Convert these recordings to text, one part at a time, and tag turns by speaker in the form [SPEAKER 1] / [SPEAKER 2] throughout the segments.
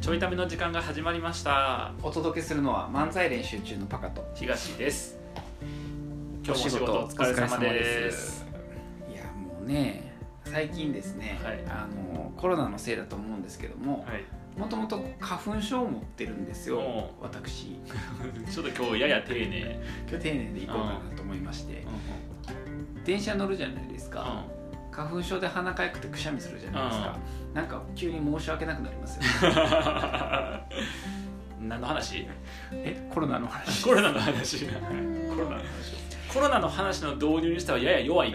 [SPEAKER 1] ちょいための時間が始まりました
[SPEAKER 2] お届けするのは漫才練習中のパカと
[SPEAKER 1] 東です今日も仕事お疲れ様です
[SPEAKER 2] いやもうね最近ですね、
[SPEAKER 1] はい
[SPEAKER 2] あのコロナのせいだと思うんですけども
[SPEAKER 1] はい、
[SPEAKER 2] もともと花粉症を持ってるんですよ
[SPEAKER 1] お
[SPEAKER 2] 私
[SPEAKER 1] ちょっと今日やや丁寧
[SPEAKER 2] 今日丁寧でいこうかなと思いまして
[SPEAKER 1] う
[SPEAKER 2] 電車乗るじゃないです
[SPEAKER 1] ん
[SPEAKER 2] か、花粉症で鼻かゆくてくしゃみするじゃないですか、なんか急に申し訳なくな りますよね
[SPEAKER 1] うん、 何の話
[SPEAKER 2] えコロナの話
[SPEAKER 1] コロナの話コロナの話コロナの話の導入にしてはやや弱い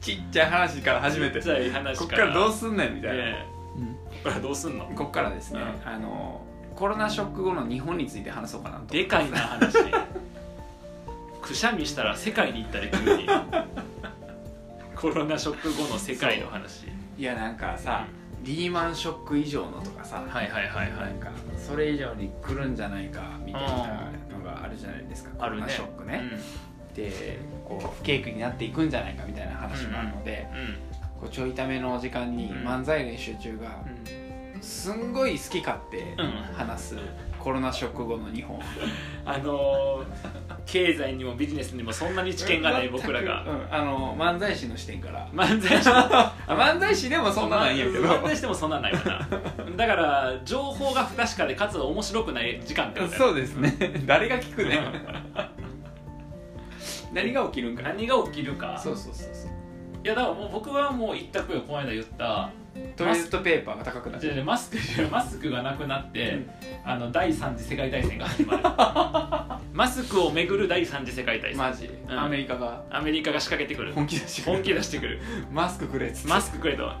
[SPEAKER 2] ちっちゃい話から初め て
[SPEAKER 1] ちっちゃい話
[SPEAKER 2] こっからどう
[SPEAKER 1] す
[SPEAKER 2] すんねんみたいな、
[SPEAKER 1] ね
[SPEAKER 2] うん
[SPEAKER 1] こっからどうすんの
[SPEAKER 2] ここからですね、
[SPEAKER 1] う
[SPEAKER 2] あのコロナショック後の日本について話そうかなと
[SPEAKER 1] でかいな話くしゃみしたら世界に行ったで急 にコロナショック後の世界の話
[SPEAKER 2] いやなんかさ、リーマンショック以上のとかさ、
[SPEAKER 1] はいはいはいは
[SPEAKER 2] ないんかそれ以上に来るんじゃないかみたいなのがあるじゃないですか、コ
[SPEAKER 1] あ
[SPEAKER 2] ロ
[SPEAKER 1] る
[SPEAKER 2] ナ
[SPEAKER 1] ね
[SPEAKER 2] ショックね、でこう不景気になっていくんじゃないかみたいな話もあるので、
[SPEAKER 1] うん、
[SPEAKER 2] こうちょいための時間に
[SPEAKER 1] うん
[SPEAKER 2] 漫才練習中がすんごい好き勝手
[SPEAKER 1] うん
[SPEAKER 2] 話すコロナショック後の日本
[SPEAKER 1] あのー経済にもビジネスにもそんなに知見がない僕ら
[SPEAKER 2] う
[SPEAKER 1] が
[SPEAKER 2] ん、あの漫才師の視点から
[SPEAKER 1] 漫才師も
[SPEAKER 2] あ漫才師でもそんななんやけど
[SPEAKER 1] 漫才師でもそんなんないわなだから情報が不確かでかつ面白くない時間ってことや
[SPEAKER 2] そうですね誰が聞くね 何が起きるんか
[SPEAKER 1] 何が起きるか
[SPEAKER 2] そうそうそうそう
[SPEAKER 1] いやだからもう僕はもう一択よこの間言った
[SPEAKER 2] トイレットペーパーが高くな
[SPEAKER 1] じ
[SPEAKER 2] る
[SPEAKER 1] ゃあねマスク じゃマスクがなくなって、
[SPEAKER 2] うん
[SPEAKER 1] あの第三次世界大戦が始まる マスクをめぐる第三次世界大戦、
[SPEAKER 2] マジ、
[SPEAKER 1] うん
[SPEAKER 2] アメリカが
[SPEAKER 1] アメリカが仕掛けてくる
[SPEAKER 2] 本気出してくる
[SPEAKER 1] 本気出してくる
[SPEAKER 2] マスクくれっつって
[SPEAKER 1] マスクくれと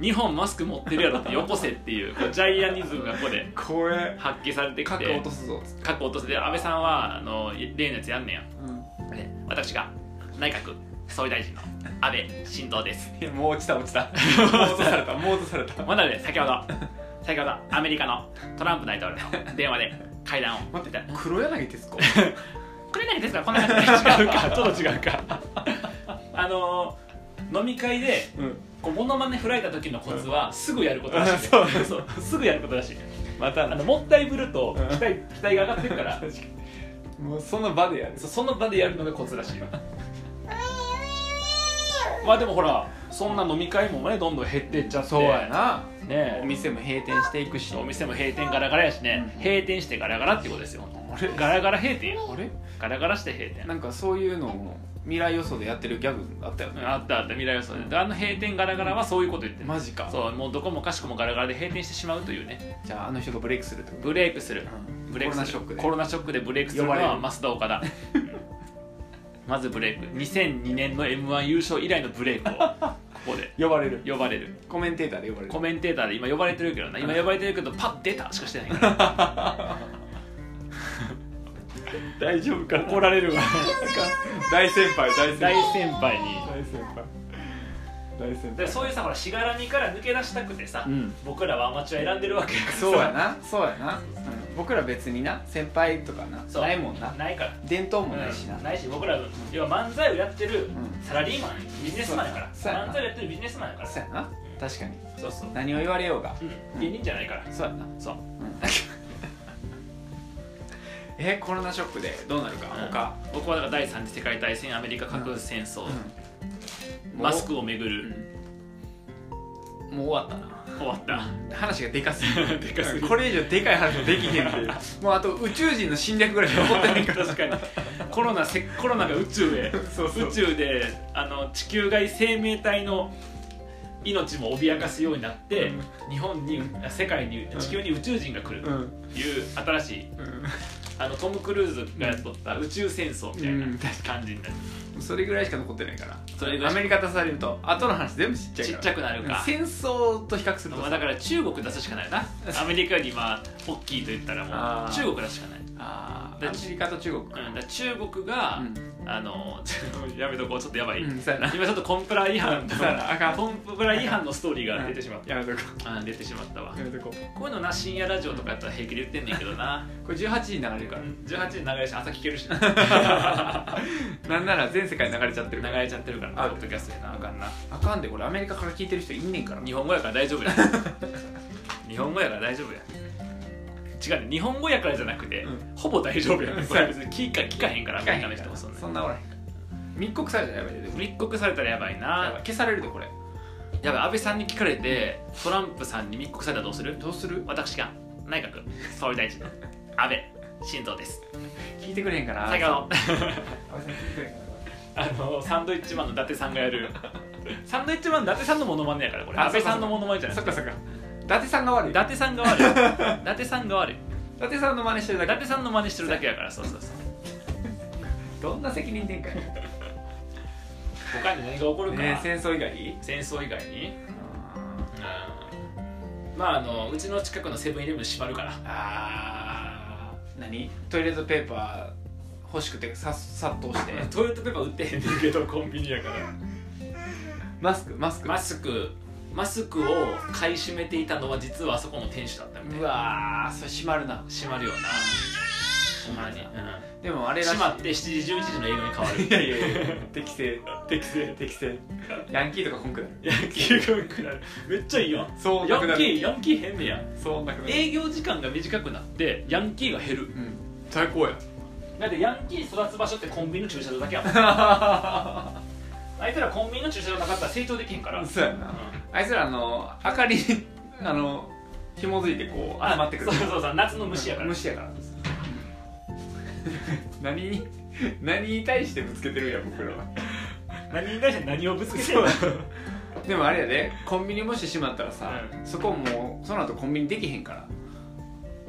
[SPEAKER 1] 日本マスク持ってるやろってよこせっていうこうジャイアニズムがここで
[SPEAKER 2] 怖え
[SPEAKER 1] 発揮されてき
[SPEAKER 2] 核
[SPEAKER 1] て
[SPEAKER 2] 落とすぞっつって、
[SPEAKER 1] 過去落とせで安倍さんはあの例のやつやんねんや
[SPEAKER 2] う
[SPEAKER 1] で私が内閣総理大臣の安倍晋三です
[SPEAKER 2] んいやもう落ちた落ちたもう落とされたもう落とされた
[SPEAKER 1] まだね先ほど先ほどアメリカのトランプ大統領の電話で会談を
[SPEAKER 2] 待って黒柳徹子
[SPEAKER 1] これ何ですかこんな感じ で違うかちょっと違うか あのー飲み会で
[SPEAKER 2] うん
[SPEAKER 1] こうモノマネ振られた時のコツはすぐやることらしい、ね、
[SPEAKER 2] あそう
[SPEAKER 1] そうすぐやることらしい
[SPEAKER 2] また
[SPEAKER 1] あのもったいぶると
[SPEAKER 2] うん
[SPEAKER 1] 期待期待が上がってるから
[SPEAKER 2] 確かにもうその場でやる
[SPEAKER 1] そその場でやるのがコツらしいよ まあでもほらそんな飲み会もねどんどん減ってっちゃって
[SPEAKER 2] そうやなお
[SPEAKER 1] ね
[SPEAKER 2] 店も閉店していくし
[SPEAKER 1] お店も閉店ガラガラやしね、
[SPEAKER 2] うん
[SPEAKER 1] 閉店してガラガラってことですよ
[SPEAKER 2] あれ
[SPEAKER 1] ガラガラ閉店や
[SPEAKER 2] あれ
[SPEAKER 1] ガラガラして閉店
[SPEAKER 2] なんかそういうのを未来予想でやってるギャグあったよね
[SPEAKER 1] あったあった未来予想でであの閉店ガラガラはそういうこと言ってる
[SPEAKER 2] マジか
[SPEAKER 1] そうもうどこもかしこもガラガラで閉店してしまうというね
[SPEAKER 2] じゃああの人がブレイクするってこと
[SPEAKER 1] ブレイクする
[SPEAKER 2] うん
[SPEAKER 1] ブレイクする
[SPEAKER 2] コロナショックで
[SPEAKER 1] コロナショックでブレイクするの
[SPEAKER 2] 呼ばれ
[SPEAKER 1] は
[SPEAKER 2] る
[SPEAKER 1] 増田岡田うん まずブレイク2002年の m 1優勝以来のブレイクをここで
[SPEAKER 2] 呼ばれる
[SPEAKER 1] 呼ばれる
[SPEAKER 2] コメンテーターで呼ばれる
[SPEAKER 1] コメンテーターで今呼ばれてるけどな今呼ばれてるけどパッ出たしかしてないから
[SPEAKER 2] 大丈夫か
[SPEAKER 1] 怒られるわ
[SPEAKER 2] 大先輩大 先
[SPEAKER 1] 大
[SPEAKER 2] 輩
[SPEAKER 1] 先輩に
[SPEAKER 2] 大先輩大先
[SPEAKER 1] でそういうさほらしがらみから抜け出したくてさ、
[SPEAKER 2] うん
[SPEAKER 1] 僕らはアマチュア選んでるわけやからさ
[SPEAKER 2] そうやなそうやな、うん僕ら別にな先輩とかな
[SPEAKER 1] そう
[SPEAKER 2] ないもんな
[SPEAKER 1] ないから
[SPEAKER 2] 伝統もないしな、
[SPEAKER 1] うんないし僕ら要は漫才をやってる
[SPEAKER 2] ん
[SPEAKER 1] サラリーマン、ビジネスマンやから
[SPEAKER 2] そうやな
[SPEAKER 1] 漫才をやってるビジネスマンやから
[SPEAKER 2] そうやな確かに
[SPEAKER 1] そうそう、
[SPEAKER 2] 何を言われようが
[SPEAKER 1] うん、芸人じゃないから
[SPEAKER 2] そうや な
[SPEAKER 1] そう
[SPEAKER 2] えコロナショックでどうなるか、他、
[SPEAKER 1] 僕はだから第三次世界大戦アメリカ核戦争、
[SPEAKER 2] うん
[SPEAKER 1] マスクをめぐる、
[SPEAKER 2] うんもう終わったな
[SPEAKER 1] 終わ った
[SPEAKER 2] 話がでかすぎ る
[SPEAKER 1] でかすぎる
[SPEAKER 2] これ以上でかい話できへんっていうもうあと宇宙人の侵略ぐらいしか残ってないから
[SPEAKER 1] 確かにコロナせコロナが宇宙へ
[SPEAKER 2] そうそう
[SPEAKER 1] 宇宙であの地球外生命体の命も脅かすようになって、日本に世界に地球に宇宙人が来る
[SPEAKER 2] うん
[SPEAKER 1] という新しいあのトム・クルーズがやっとった宇宙戦争みたいな
[SPEAKER 2] うん
[SPEAKER 1] 感じになる、
[SPEAKER 2] うんそれぐらいしか残ってないから
[SPEAKER 1] それぐらい
[SPEAKER 2] アメリカ出されると後の話全部ちっちゃいから
[SPEAKER 1] ちっちゃくなるか
[SPEAKER 2] 戦争と比較すると
[SPEAKER 1] まあ、
[SPEAKER 2] さ
[SPEAKER 1] だ から中国出すしかないよなアメリカよりまあ大きいと言ったらも
[SPEAKER 2] あ
[SPEAKER 1] う
[SPEAKER 2] ー
[SPEAKER 1] 中国出すしかない
[SPEAKER 2] あ
[SPEAKER 1] で
[SPEAKER 2] ーアメリカと中国
[SPEAKER 1] う
[SPEAKER 2] か、
[SPEAKER 1] ん、だから中国が、
[SPEAKER 2] うん
[SPEAKER 1] あの やめとこうちょっとやばい、
[SPEAKER 2] うん、そうやな
[SPEAKER 1] 今ちょっとコンプラ違反
[SPEAKER 2] そうやなあかん
[SPEAKER 1] コンプラ違反のストーリーが出てしまった、
[SPEAKER 2] やめとこ
[SPEAKER 1] あ出てしまったわ
[SPEAKER 2] うやめとこ
[SPEAKER 1] こういうのな深夜ラジオとかやったら平気で言ってんねんけどな
[SPEAKER 2] うこれ18時に流れるから
[SPEAKER 1] 18時に流れるし朝聞け るし流
[SPEAKER 2] なんなら全世界に流れちゃってるから
[SPEAKER 1] れちゃってるからな
[SPEAKER 2] あ
[SPEAKER 1] ポッドキャストやなあかんな
[SPEAKER 2] あかんで俺アメリカから聞いてる人いんねんから
[SPEAKER 1] 日本語やから大丈夫 や日本語やから大丈夫や違うね日本語やからじゃなくて、
[SPEAKER 2] うん
[SPEAKER 1] ほぼ大丈夫やね
[SPEAKER 2] うん
[SPEAKER 1] これ別に聞か聞かへんからア
[SPEAKER 2] 聞か
[SPEAKER 1] メ
[SPEAKER 2] へ
[SPEAKER 1] リ
[SPEAKER 2] ん
[SPEAKER 1] カ
[SPEAKER 2] か
[SPEAKER 1] の人
[SPEAKER 2] ら
[SPEAKER 1] もそんな
[SPEAKER 2] そんなおらへんから密告されたらやばいででも
[SPEAKER 1] 密告されたらやばい
[SPEAKER 2] やば
[SPEAKER 1] ない
[SPEAKER 2] 消されるでこれ
[SPEAKER 1] やばい安倍さんに聞かれてトランプさんに密告されたらどうする
[SPEAKER 2] どうする
[SPEAKER 1] 私が内閣総理大 臣の安倍晋三です
[SPEAKER 2] 聞いてくれへんから
[SPEAKER 1] 最後の
[SPEAKER 2] 安倍さん聞いてくれへんか
[SPEAKER 1] あのサンドイッチマンの伊達さんがやるサンドイッチマンの伊達さんのモノマネやからこれ
[SPEAKER 2] あ
[SPEAKER 1] 安倍さんのモノマネじゃ
[SPEAKER 2] ら
[SPEAKER 1] ない
[SPEAKER 2] そっかそっか伊達さんが悪い
[SPEAKER 1] 伊
[SPEAKER 2] 伊
[SPEAKER 1] 達さんが悪い伊達さんが悪い
[SPEAKER 2] 達さんの真似してる
[SPEAKER 1] 伊
[SPEAKER 2] だけ
[SPEAKER 1] 達さんの真似してるだけやからそうそうそう
[SPEAKER 2] どんな責任転換
[SPEAKER 1] 他に何が起こるか、
[SPEAKER 2] ねえ戦争以外
[SPEAKER 1] 戦争以外にまああのうちの近くのセブンイレブン閉まるから
[SPEAKER 2] あー何トイレットペーパー欲しくてさ殺到して
[SPEAKER 1] トイレットペーパー売ってへんねんけどコンビニやから
[SPEAKER 2] マスクマスク
[SPEAKER 1] マスクマスクを買い占めていたのは実はあそこの店主だったみたいうな
[SPEAKER 2] わーそれ閉まるな
[SPEAKER 1] 閉まるよな閉まるね、
[SPEAKER 2] でもあ
[SPEAKER 1] う
[SPEAKER 2] れ
[SPEAKER 1] ん
[SPEAKER 2] らし
[SPEAKER 1] 閉まって7時11時の営業に変わる
[SPEAKER 2] いやいやいや適正
[SPEAKER 1] 適正
[SPEAKER 2] 適正ヤンキーとか本くなる
[SPEAKER 1] ヤンキーがくなるめっちゃいいや ん
[SPEAKER 2] そう
[SPEAKER 1] ヤ
[SPEAKER 2] な
[SPEAKER 1] ン
[SPEAKER 2] くな
[SPEAKER 1] キ
[SPEAKER 2] る
[SPEAKER 1] ーヤンキー変ねやん
[SPEAKER 2] そうなくなる
[SPEAKER 1] 営業時間が短くなってヤンキーが減る
[SPEAKER 2] うん最 高や
[SPEAKER 1] だってヤンキー育つ場所ってコンビニの駐車場だけやもんあいつらコンビニの駐車場なかったら成長できへんから
[SPEAKER 2] そうやなあいつらあの明かりにあの紐づいてこう集まってくる
[SPEAKER 1] そうそうそう夏の虫やから
[SPEAKER 2] 虫やから何に何に対してぶつけてるんや僕らは
[SPEAKER 1] 何に対して何をぶつけて
[SPEAKER 2] そうでもあれやでコンビニもし閉まったらさ、
[SPEAKER 1] う
[SPEAKER 2] そこもうその後コンビニできへんから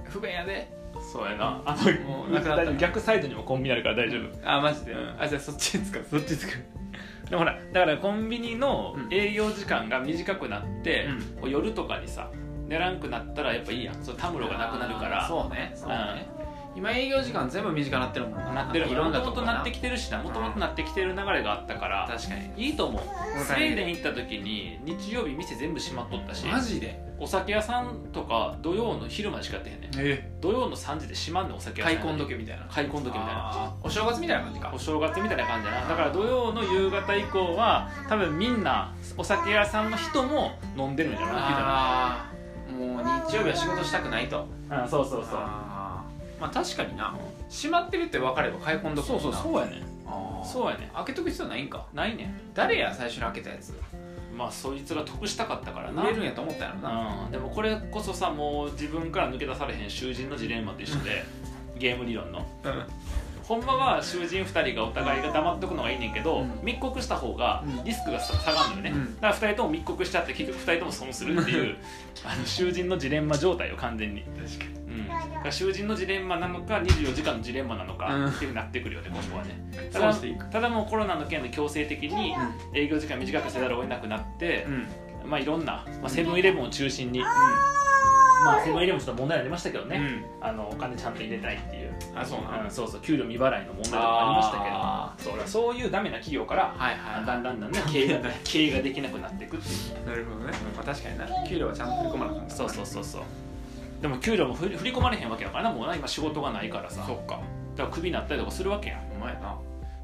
[SPEAKER 2] 不便やで
[SPEAKER 1] そうやなあ
[SPEAKER 2] もう
[SPEAKER 1] の
[SPEAKER 2] なくなったな
[SPEAKER 1] 逆サイドにもコンビニあるから大丈夫、
[SPEAKER 2] あマジで、
[SPEAKER 1] うん
[SPEAKER 2] あじゃあそっちに使うそっちに使う
[SPEAKER 1] でもほらだからコンビニの
[SPEAKER 2] うん
[SPEAKER 1] 営業時間が短くなって、
[SPEAKER 2] うん
[SPEAKER 1] こう夜とかにさ寝らんくなったらやっぱいいやんそうタムロがなくなるから
[SPEAKER 2] あーそうねそうね、今営業時間全部短くなってるもんな
[SPEAKER 1] なってる
[SPEAKER 2] んかい
[SPEAKER 1] い
[SPEAKER 2] ろ
[SPEAKER 1] ろ
[SPEAKER 2] ん
[SPEAKER 1] ん
[SPEAKER 2] な
[SPEAKER 1] な
[SPEAKER 2] と
[SPEAKER 1] と
[SPEAKER 2] こ
[SPEAKER 1] こ
[SPEAKER 2] な
[SPEAKER 1] なってきてるしなもともとなってきてる流れがあったから
[SPEAKER 2] 確かに
[SPEAKER 1] いいと思う
[SPEAKER 2] ん
[SPEAKER 1] スウェーデン行った時に日曜日店全部閉まっとったし
[SPEAKER 2] マジで
[SPEAKER 1] お酒屋さんとか土曜の昼までしかやってへんねん
[SPEAKER 2] え
[SPEAKER 1] 土曜の3時で閉まんねんお酒屋さん
[SPEAKER 2] 開墾時みたいな
[SPEAKER 1] 開墾時みたいな
[SPEAKER 2] あーお正月みたいな感じか
[SPEAKER 1] お正月みたいな感じやなだから土曜の夕方以降は多分みんなお酒屋さんの人も飲んでるんじゃな
[SPEAKER 2] ああもう日曜日は仕事したくないと
[SPEAKER 1] いうんそうそうそう
[SPEAKER 2] あーまあ確かにな閉まってるって分かれば買い込んどく
[SPEAKER 1] そ
[SPEAKER 2] も
[SPEAKER 1] うんそう
[SPEAKER 2] な
[SPEAKER 1] そうやねん
[SPEAKER 2] あー
[SPEAKER 1] そうやね
[SPEAKER 2] 開けとく必要ないんか
[SPEAKER 1] んないねん
[SPEAKER 2] 誰や最初に開けたやつ
[SPEAKER 1] まあそいつが得したかったからな
[SPEAKER 2] 売れるんやと思ったやろな
[SPEAKER 1] うん、でもこれこそさもう自分から抜け出されへん囚人のジレンマと一緒 でゲーム理論の
[SPEAKER 2] うん
[SPEAKER 1] ほんまは囚人2人がお互いが黙っとくのがいいねんけど、
[SPEAKER 2] うん
[SPEAKER 1] 密告した方が
[SPEAKER 2] うん
[SPEAKER 1] リスクがさ下がるのよね、
[SPEAKER 2] うん
[SPEAKER 1] だから2人とも密告しちゃって結局2人とも損するっていう あの囚人のジレンマ状態を完全に、
[SPEAKER 2] 確か
[SPEAKER 1] うん、だから囚人のジレンマなのか24時間のジレンマなの
[SPEAKER 2] うん
[SPEAKER 1] かっていうふうになってくるよね今後はね
[SPEAKER 2] に
[SPEAKER 1] た
[SPEAKER 2] そう
[SPEAKER 1] だ
[SPEAKER 2] していく
[SPEAKER 1] ただもうコロナの件で強制的に営業時間短くせざるを得なくなって、
[SPEAKER 2] うん
[SPEAKER 1] まあいろんな、まあ、セブンイレブンを中心に、まあセブンイレブンちょっと問題ありましたけど
[SPEAKER 2] う
[SPEAKER 1] ね、
[SPEAKER 2] ん
[SPEAKER 1] あのお金ちゃんと入れないっていう、
[SPEAKER 2] あそうな
[SPEAKER 1] う
[SPEAKER 2] の
[SPEAKER 1] ん、そうそう給料未払いの問題とかあ
[SPEAKER 2] あ
[SPEAKER 1] りましたけどそうだそういうダメな企業から
[SPEAKER 2] ーはいはい
[SPEAKER 1] だんだんだんだん経営が経営ができなくなっていくっていう
[SPEAKER 2] なるほどねまあ確かにな給料はちゃんと振り込まなあかった
[SPEAKER 1] そうそうそうそうでも給料も振り振り込まれへんわけやからなもうな今仕事がないからさ
[SPEAKER 2] そっか
[SPEAKER 1] だからクビになったりとかするわけやん
[SPEAKER 2] お前な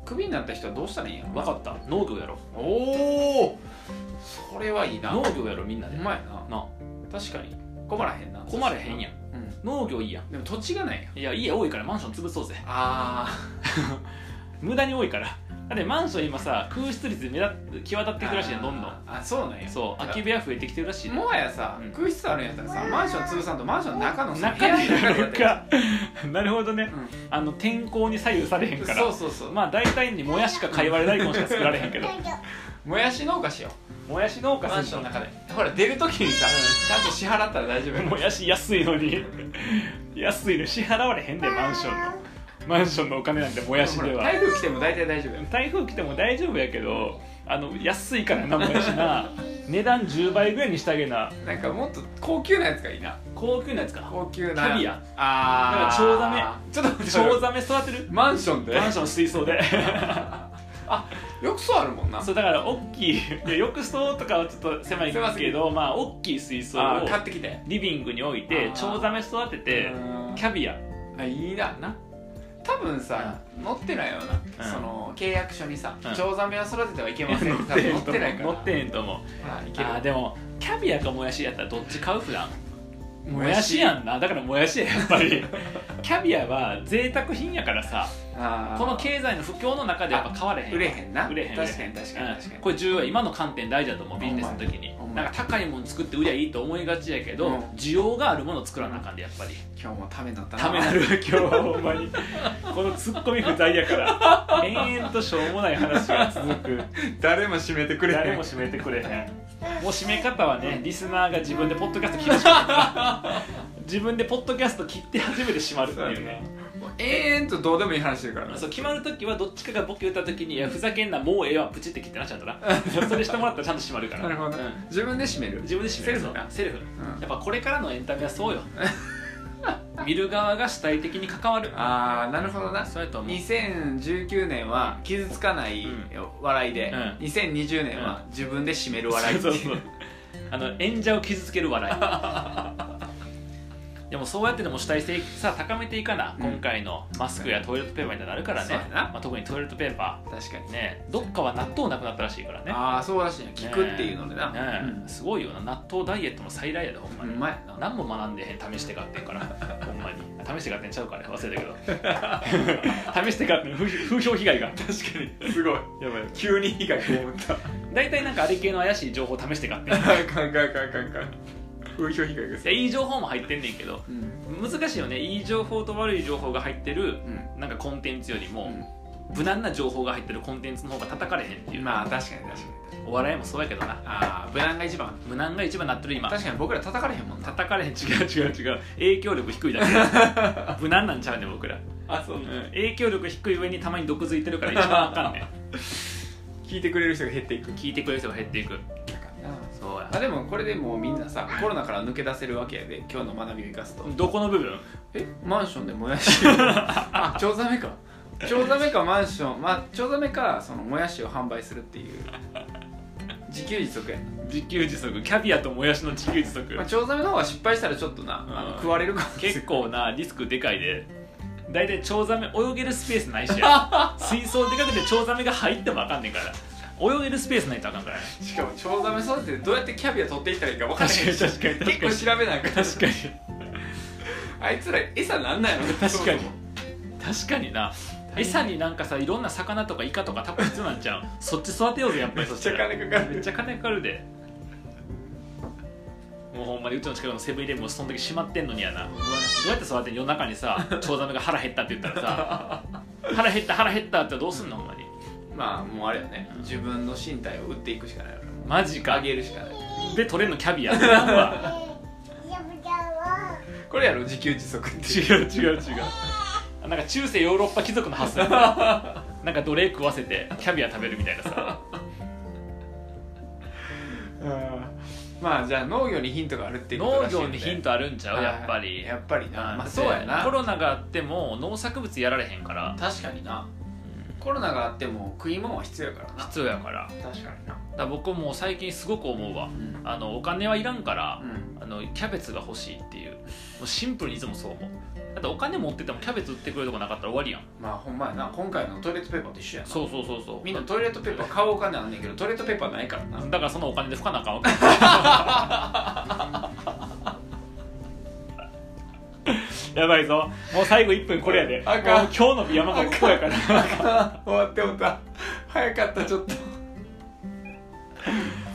[SPEAKER 2] クビになった人はどうしたらいいんやろ
[SPEAKER 1] 分かった農業やろ
[SPEAKER 2] おおそれはいいな
[SPEAKER 1] 農業やろみんなで
[SPEAKER 2] お
[SPEAKER 1] な
[SPEAKER 2] 前な確かに困らへんな
[SPEAKER 1] 困れへんやん
[SPEAKER 2] うん
[SPEAKER 1] 農業いいやん
[SPEAKER 2] でも土地がないやん
[SPEAKER 1] いや家多いからマンション潰そうぜ
[SPEAKER 2] あ
[SPEAKER 1] 無駄に多いからだってマンション今さ空室率目立っ際立っていくらしいやんどんどん
[SPEAKER 2] あそうなんや
[SPEAKER 1] そう空き部屋増えてきてるらしい
[SPEAKER 2] もはやさ、
[SPEAKER 1] うん
[SPEAKER 2] 空室あるんやったらさマンション潰さんとマンションの中のさ
[SPEAKER 1] 中に
[SPEAKER 2] 部屋
[SPEAKER 1] や
[SPEAKER 2] の
[SPEAKER 1] る
[SPEAKER 2] 中でやっ
[SPEAKER 1] か なるほどね
[SPEAKER 2] てる
[SPEAKER 1] あの天候に左右されへん
[SPEAKER 2] うん
[SPEAKER 1] から
[SPEAKER 2] そうそうそう、ま
[SPEAKER 1] まあ大体にもやしかかいわれ大根しか作られへんけど
[SPEAKER 2] もやし農家しよ
[SPEAKER 1] もやし農
[SPEAKER 2] う
[SPEAKER 1] 家
[SPEAKER 2] マンシ
[SPEAKER 1] す
[SPEAKER 2] ョ
[SPEAKER 1] ん
[SPEAKER 2] ンの
[SPEAKER 1] の
[SPEAKER 2] 中でほら出るときにさちゃんと支払ったら大丈夫や
[SPEAKER 1] もやし安いのに安いの支払われへんでマンションのマンションのお金なんてもやし
[SPEAKER 2] ほ
[SPEAKER 1] で
[SPEAKER 2] ら
[SPEAKER 1] は
[SPEAKER 2] 台風来ても大体大丈夫や
[SPEAKER 1] 台風来ても大丈夫やけどあの安いからなもやしな値段10倍ぐらいにしてあげな
[SPEAKER 2] なんかもっと高級なやつがいいな
[SPEAKER 1] 高級なやつか
[SPEAKER 2] 高級
[SPEAKER 1] キ
[SPEAKER 2] な
[SPEAKER 1] ャビア
[SPEAKER 2] あ
[SPEAKER 1] だ
[SPEAKER 2] あ
[SPEAKER 1] から
[SPEAKER 2] ちょっと待って
[SPEAKER 1] チョウザメ育てる
[SPEAKER 2] マンションで
[SPEAKER 1] マンション水 槽で
[SPEAKER 2] よくそうあるもんな
[SPEAKER 1] そうだから大きいいや浴槽とかはちょっと狭いけどまあ大きい水槽
[SPEAKER 2] あ
[SPEAKER 1] を
[SPEAKER 2] ー買ってきて
[SPEAKER 1] リビングに置いて
[SPEAKER 2] あー
[SPEAKER 1] チョウザメ育てて
[SPEAKER 2] うん
[SPEAKER 1] キャビア
[SPEAKER 2] あいいなな多分さ、載ってないよ
[SPEAKER 1] う
[SPEAKER 2] な、
[SPEAKER 1] ん
[SPEAKER 2] その契約書にさ、
[SPEAKER 1] うん
[SPEAKER 2] チョウザメを育ててはいけませんって多分載ってないから
[SPEAKER 1] 乗ってへんと思う
[SPEAKER 2] はいいける
[SPEAKER 1] あーでもキャビアかもやしやったらどっち買う普段も
[SPEAKER 2] も
[SPEAKER 1] や
[SPEAKER 2] や
[SPEAKER 1] し
[SPEAKER 2] し
[SPEAKER 1] やんなだからもやしややっぱり キャビアは贅沢品やからさ
[SPEAKER 2] あー
[SPEAKER 1] この経済の不況の中でやっぱ買われへん
[SPEAKER 2] 売れへんな
[SPEAKER 1] 売れへん
[SPEAKER 2] 確かに確かに確か
[SPEAKER 1] うん
[SPEAKER 2] に
[SPEAKER 1] これ重要今の観点大事だと思うビジネスの時に
[SPEAKER 2] ほんま
[SPEAKER 1] なん
[SPEAKER 2] や
[SPEAKER 1] か高いもの作って売りゃいいと思いがちやけど、
[SPEAKER 2] うん
[SPEAKER 1] 需要があるものを作らなあかんでやっぱり
[SPEAKER 2] 今日もためになったな
[SPEAKER 1] ためなる今日ほんまにこのツッコミ不在やから延々としょうもない話が続く
[SPEAKER 2] 誰も締めてくれへん
[SPEAKER 1] 誰も締めてくれへんもう締め方はねリスナーが自分でポッドキャスト切るしかない自分でポッドキャスト切って初めて締まるっていうね
[SPEAKER 2] もう永遠とどうでもいい話してるからな
[SPEAKER 1] そう決まる時はどっちかがボケ打った時に「いやふざけんなもうええわプチって切ってなっちゃうとなそれしてもらったらちゃんと締まるから
[SPEAKER 2] なるほど、
[SPEAKER 1] うん
[SPEAKER 2] 自分で締める
[SPEAKER 1] 自分で締めるぞ
[SPEAKER 2] セルフな
[SPEAKER 1] セルフ
[SPEAKER 2] うん
[SPEAKER 1] やっぱこれからのエンタメは そうよ見る側が主体的に関わる
[SPEAKER 2] ああなるほどな
[SPEAKER 1] そうやと思う
[SPEAKER 2] 2019年は傷つかない笑いで、
[SPEAKER 1] うん
[SPEAKER 2] 2020年は自分で締める笑いって
[SPEAKER 1] そう
[SPEAKER 2] い
[SPEAKER 1] そう
[SPEAKER 2] う
[SPEAKER 1] そうあの演者を傷つける笑い でもそうやってでも主体性さ高めていかな、
[SPEAKER 2] うん
[SPEAKER 1] 今回のマスクやトイレットペーパーみたいになるからね
[SPEAKER 2] そうやな
[SPEAKER 1] まあ、特にトイレットペーパ
[SPEAKER 2] 確かに
[SPEAKER 1] ーねどっかは納豆なくなったらしいからね
[SPEAKER 2] ああそうらしいな聞くっていうのでな、
[SPEAKER 1] ねえすごいよな納豆ダイエットの最大やでほんま
[SPEAKER 2] うん
[SPEAKER 1] に、
[SPEAKER 2] うまいな
[SPEAKER 1] 何も学んでへん試して買ってんから ほんまに試して買ってんちゃうからね忘れたけ ど試して買ってん風風評被害が
[SPEAKER 2] 確かにすごい
[SPEAKER 1] やばい
[SPEAKER 2] 急に被害被った
[SPEAKER 1] 大体なんかあれ系の怪しい情報試して買ってんい
[SPEAKER 2] カンカンカンカンカン風評被害が
[SPEAKER 1] やいい情報も入ってんねんけど
[SPEAKER 2] うん
[SPEAKER 1] 難しいよねいい情報と悪い情報が入ってる
[SPEAKER 2] うん
[SPEAKER 1] なんかコンテンツよりも、
[SPEAKER 2] う
[SPEAKER 1] 無難な情報が入ってるコンテンツの方が叩かれへんってい
[SPEAKER 2] ん
[SPEAKER 1] う、
[SPEAKER 2] まあ確かに確かに
[SPEAKER 1] お笑いもそうやけどな
[SPEAKER 2] ああ無難が一番
[SPEAKER 1] 無難が一番なってる今
[SPEAKER 2] 確かに僕ら叩かれへんもんな
[SPEAKER 1] 叩かれへん違う違う違う影響力低いだ け無難なんちゃうねん僕ら、
[SPEAKER 2] あそ
[SPEAKER 1] うん、影響力低い上にたまに毒づいてるから一番あかんねん
[SPEAKER 2] 聞いてくれる人が減っていく
[SPEAKER 1] 聞いてくれる人が減っていくそうや
[SPEAKER 2] あでもこれでもうみんなさコロナから抜け出せるわけやで今日の学びを生かすと
[SPEAKER 1] どこの部分
[SPEAKER 2] えマンションでも やしあチョウザメかチョウザメかマンションまあチョウザメかそのもやしを販売するっていう自給自足やな、
[SPEAKER 1] 自給自足キャビアともやしの自給自足
[SPEAKER 2] まあ、チョウザメの方が失敗したらちょっとな、あの
[SPEAKER 1] うん
[SPEAKER 2] 食われるかもしれない
[SPEAKER 1] 結構なリスクでかいで大体チョウザメ泳げるスペースないし や水槽でかくてチョウザメが入ってもあかんねんから泳げるスペースないとあかんからね
[SPEAKER 2] しかもチョウザメ育ててどうやってキャビア取っていったらいいか分からないし
[SPEAKER 1] 確かに確かに
[SPEAKER 2] 結構調べないから
[SPEAKER 1] 確かに
[SPEAKER 2] あいつら餌なんなんやろな
[SPEAKER 1] 確かに確かにな餌になんかさいろんな魚とかイカとかタコ必要なんちゃうそっち育てようぜやっぱ
[SPEAKER 2] め
[SPEAKER 1] り
[SPEAKER 2] っ
[SPEAKER 1] そし
[SPEAKER 2] ち
[SPEAKER 1] た
[SPEAKER 2] ゃ
[SPEAKER 1] ら
[SPEAKER 2] 金か
[SPEAKER 1] め
[SPEAKER 2] か
[SPEAKER 1] っ
[SPEAKER 2] る
[SPEAKER 1] ちゃ金かかるでもうほんまにうちの近くのセブンイレブンもその時閉まってんのにやなどうやって育てん夜中にさチョウザメが腹減ったって言ったらさ腹減った腹減ったってどうすんのほんまに
[SPEAKER 2] まあもうあれよね自分の身体を打っていくしかないよね
[SPEAKER 1] マジか
[SPEAKER 2] あげるしかない
[SPEAKER 1] で取れるのキャビアうわ
[SPEAKER 2] これやろ自給自足って
[SPEAKER 1] 違う違う違うなんか中世ヨーロッパ貴族の発 想やななんか奴隷食わせてキャビア食べるみたいなさ
[SPEAKER 2] まあじゃあ農業にヒントがあるっていうこと
[SPEAKER 1] 農
[SPEAKER 2] らしいよ
[SPEAKER 1] 業
[SPEAKER 2] ね
[SPEAKER 1] にヒントあるんちゃうやっぱり
[SPEAKER 2] やっぱりな、まあ、そうや
[SPEAKER 1] だってコ
[SPEAKER 2] な
[SPEAKER 1] ロナがあっても農作物やられへんから
[SPEAKER 2] 確かになコロナがあっても食い物は必要やからな
[SPEAKER 1] 必要やからだか
[SPEAKER 2] 確かにな
[SPEAKER 1] ら僕も最近すごく思うわ
[SPEAKER 2] うん
[SPEAKER 1] あのお金はいらんから
[SPEAKER 2] うん
[SPEAKER 1] あのキャベツが欲しいっていうもうシンプルにいつもそう思うだってお金持っててもキャベツ売ってくれるとこなかったら終わりやん
[SPEAKER 2] まあほんまやな今回のトイレットペーパーと一緒やな
[SPEAKER 1] そうそうそうそう
[SPEAKER 2] みんなトイレットペーパー買おうお金あんねんけどトイレットペーパーないからな
[SPEAKER 1] だからそのお金で吹かなあかんわけ やばいぞもう最後1分これやで
[SPEAKER 2] あか
[SPEAKER 1] も
[SPEAKER 2] ん
[SPEAKER 1] う今日の美山がここやから
[SPEAKER 2] 終わってもうた早かったちょっと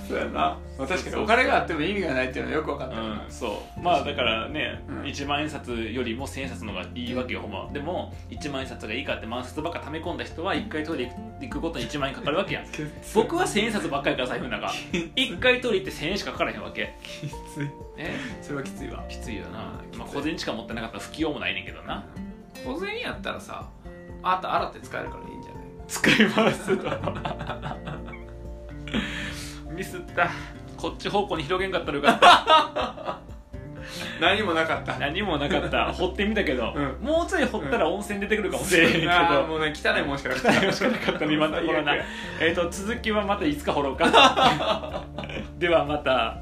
[SPEAKER 2] そうやな、まあ、確かにお金があっても意味がないっていうのはよく分かったよな
[SPEAKER 1] うんそうまあだからね、
[SPEAKER 2] うん
[SPEAKER 1] 一1万円札よりも1000円札の方がいいわけよほんまはでも1万円札がいいかって万札ばっか溜め込んだ人は1回トイレ行くごとに1万円かかるわ けやん
[SPEAKER 2] きつい
[SPEAKER 1] 僕は1000円札ばっかりから財布の 中1回トイレ行って1000円しかかからへんわけ
[SPEAKER 2] きつい
[SPEAKER 1] ね
[SPEAKER 2] それはきついわ
[SPEAKER 1] きついよな
[SPEAKER 2] うんきつい
[SPEAKER 1] まあ、小銭しか持ってなかったら不器用もないねんけどな
[SPEAKER 2] 小銭やったらさあと洗って使えるからいいんじゃない
[SPEAKER 1] 使いますとミスったこっち方向に広げんかったらよかった
[SPEAKER 2] 何もなかった
[SPEAKER 1] 何もなかった掘ってみたけど、
[SPEAKER 2] うん
[SPEAKER 1] もうちょい掘ったら温泉出てくるかもしれへんけど、
[SPEAKER 2] あーもうね汚いもんしかなかった
[SPEAKER 1] 期待をしかな かったね今のところな
[SPEAKER 2] 最悪や
[SPEAKER 1] えーと続きはまたいつか掘ろうかではまた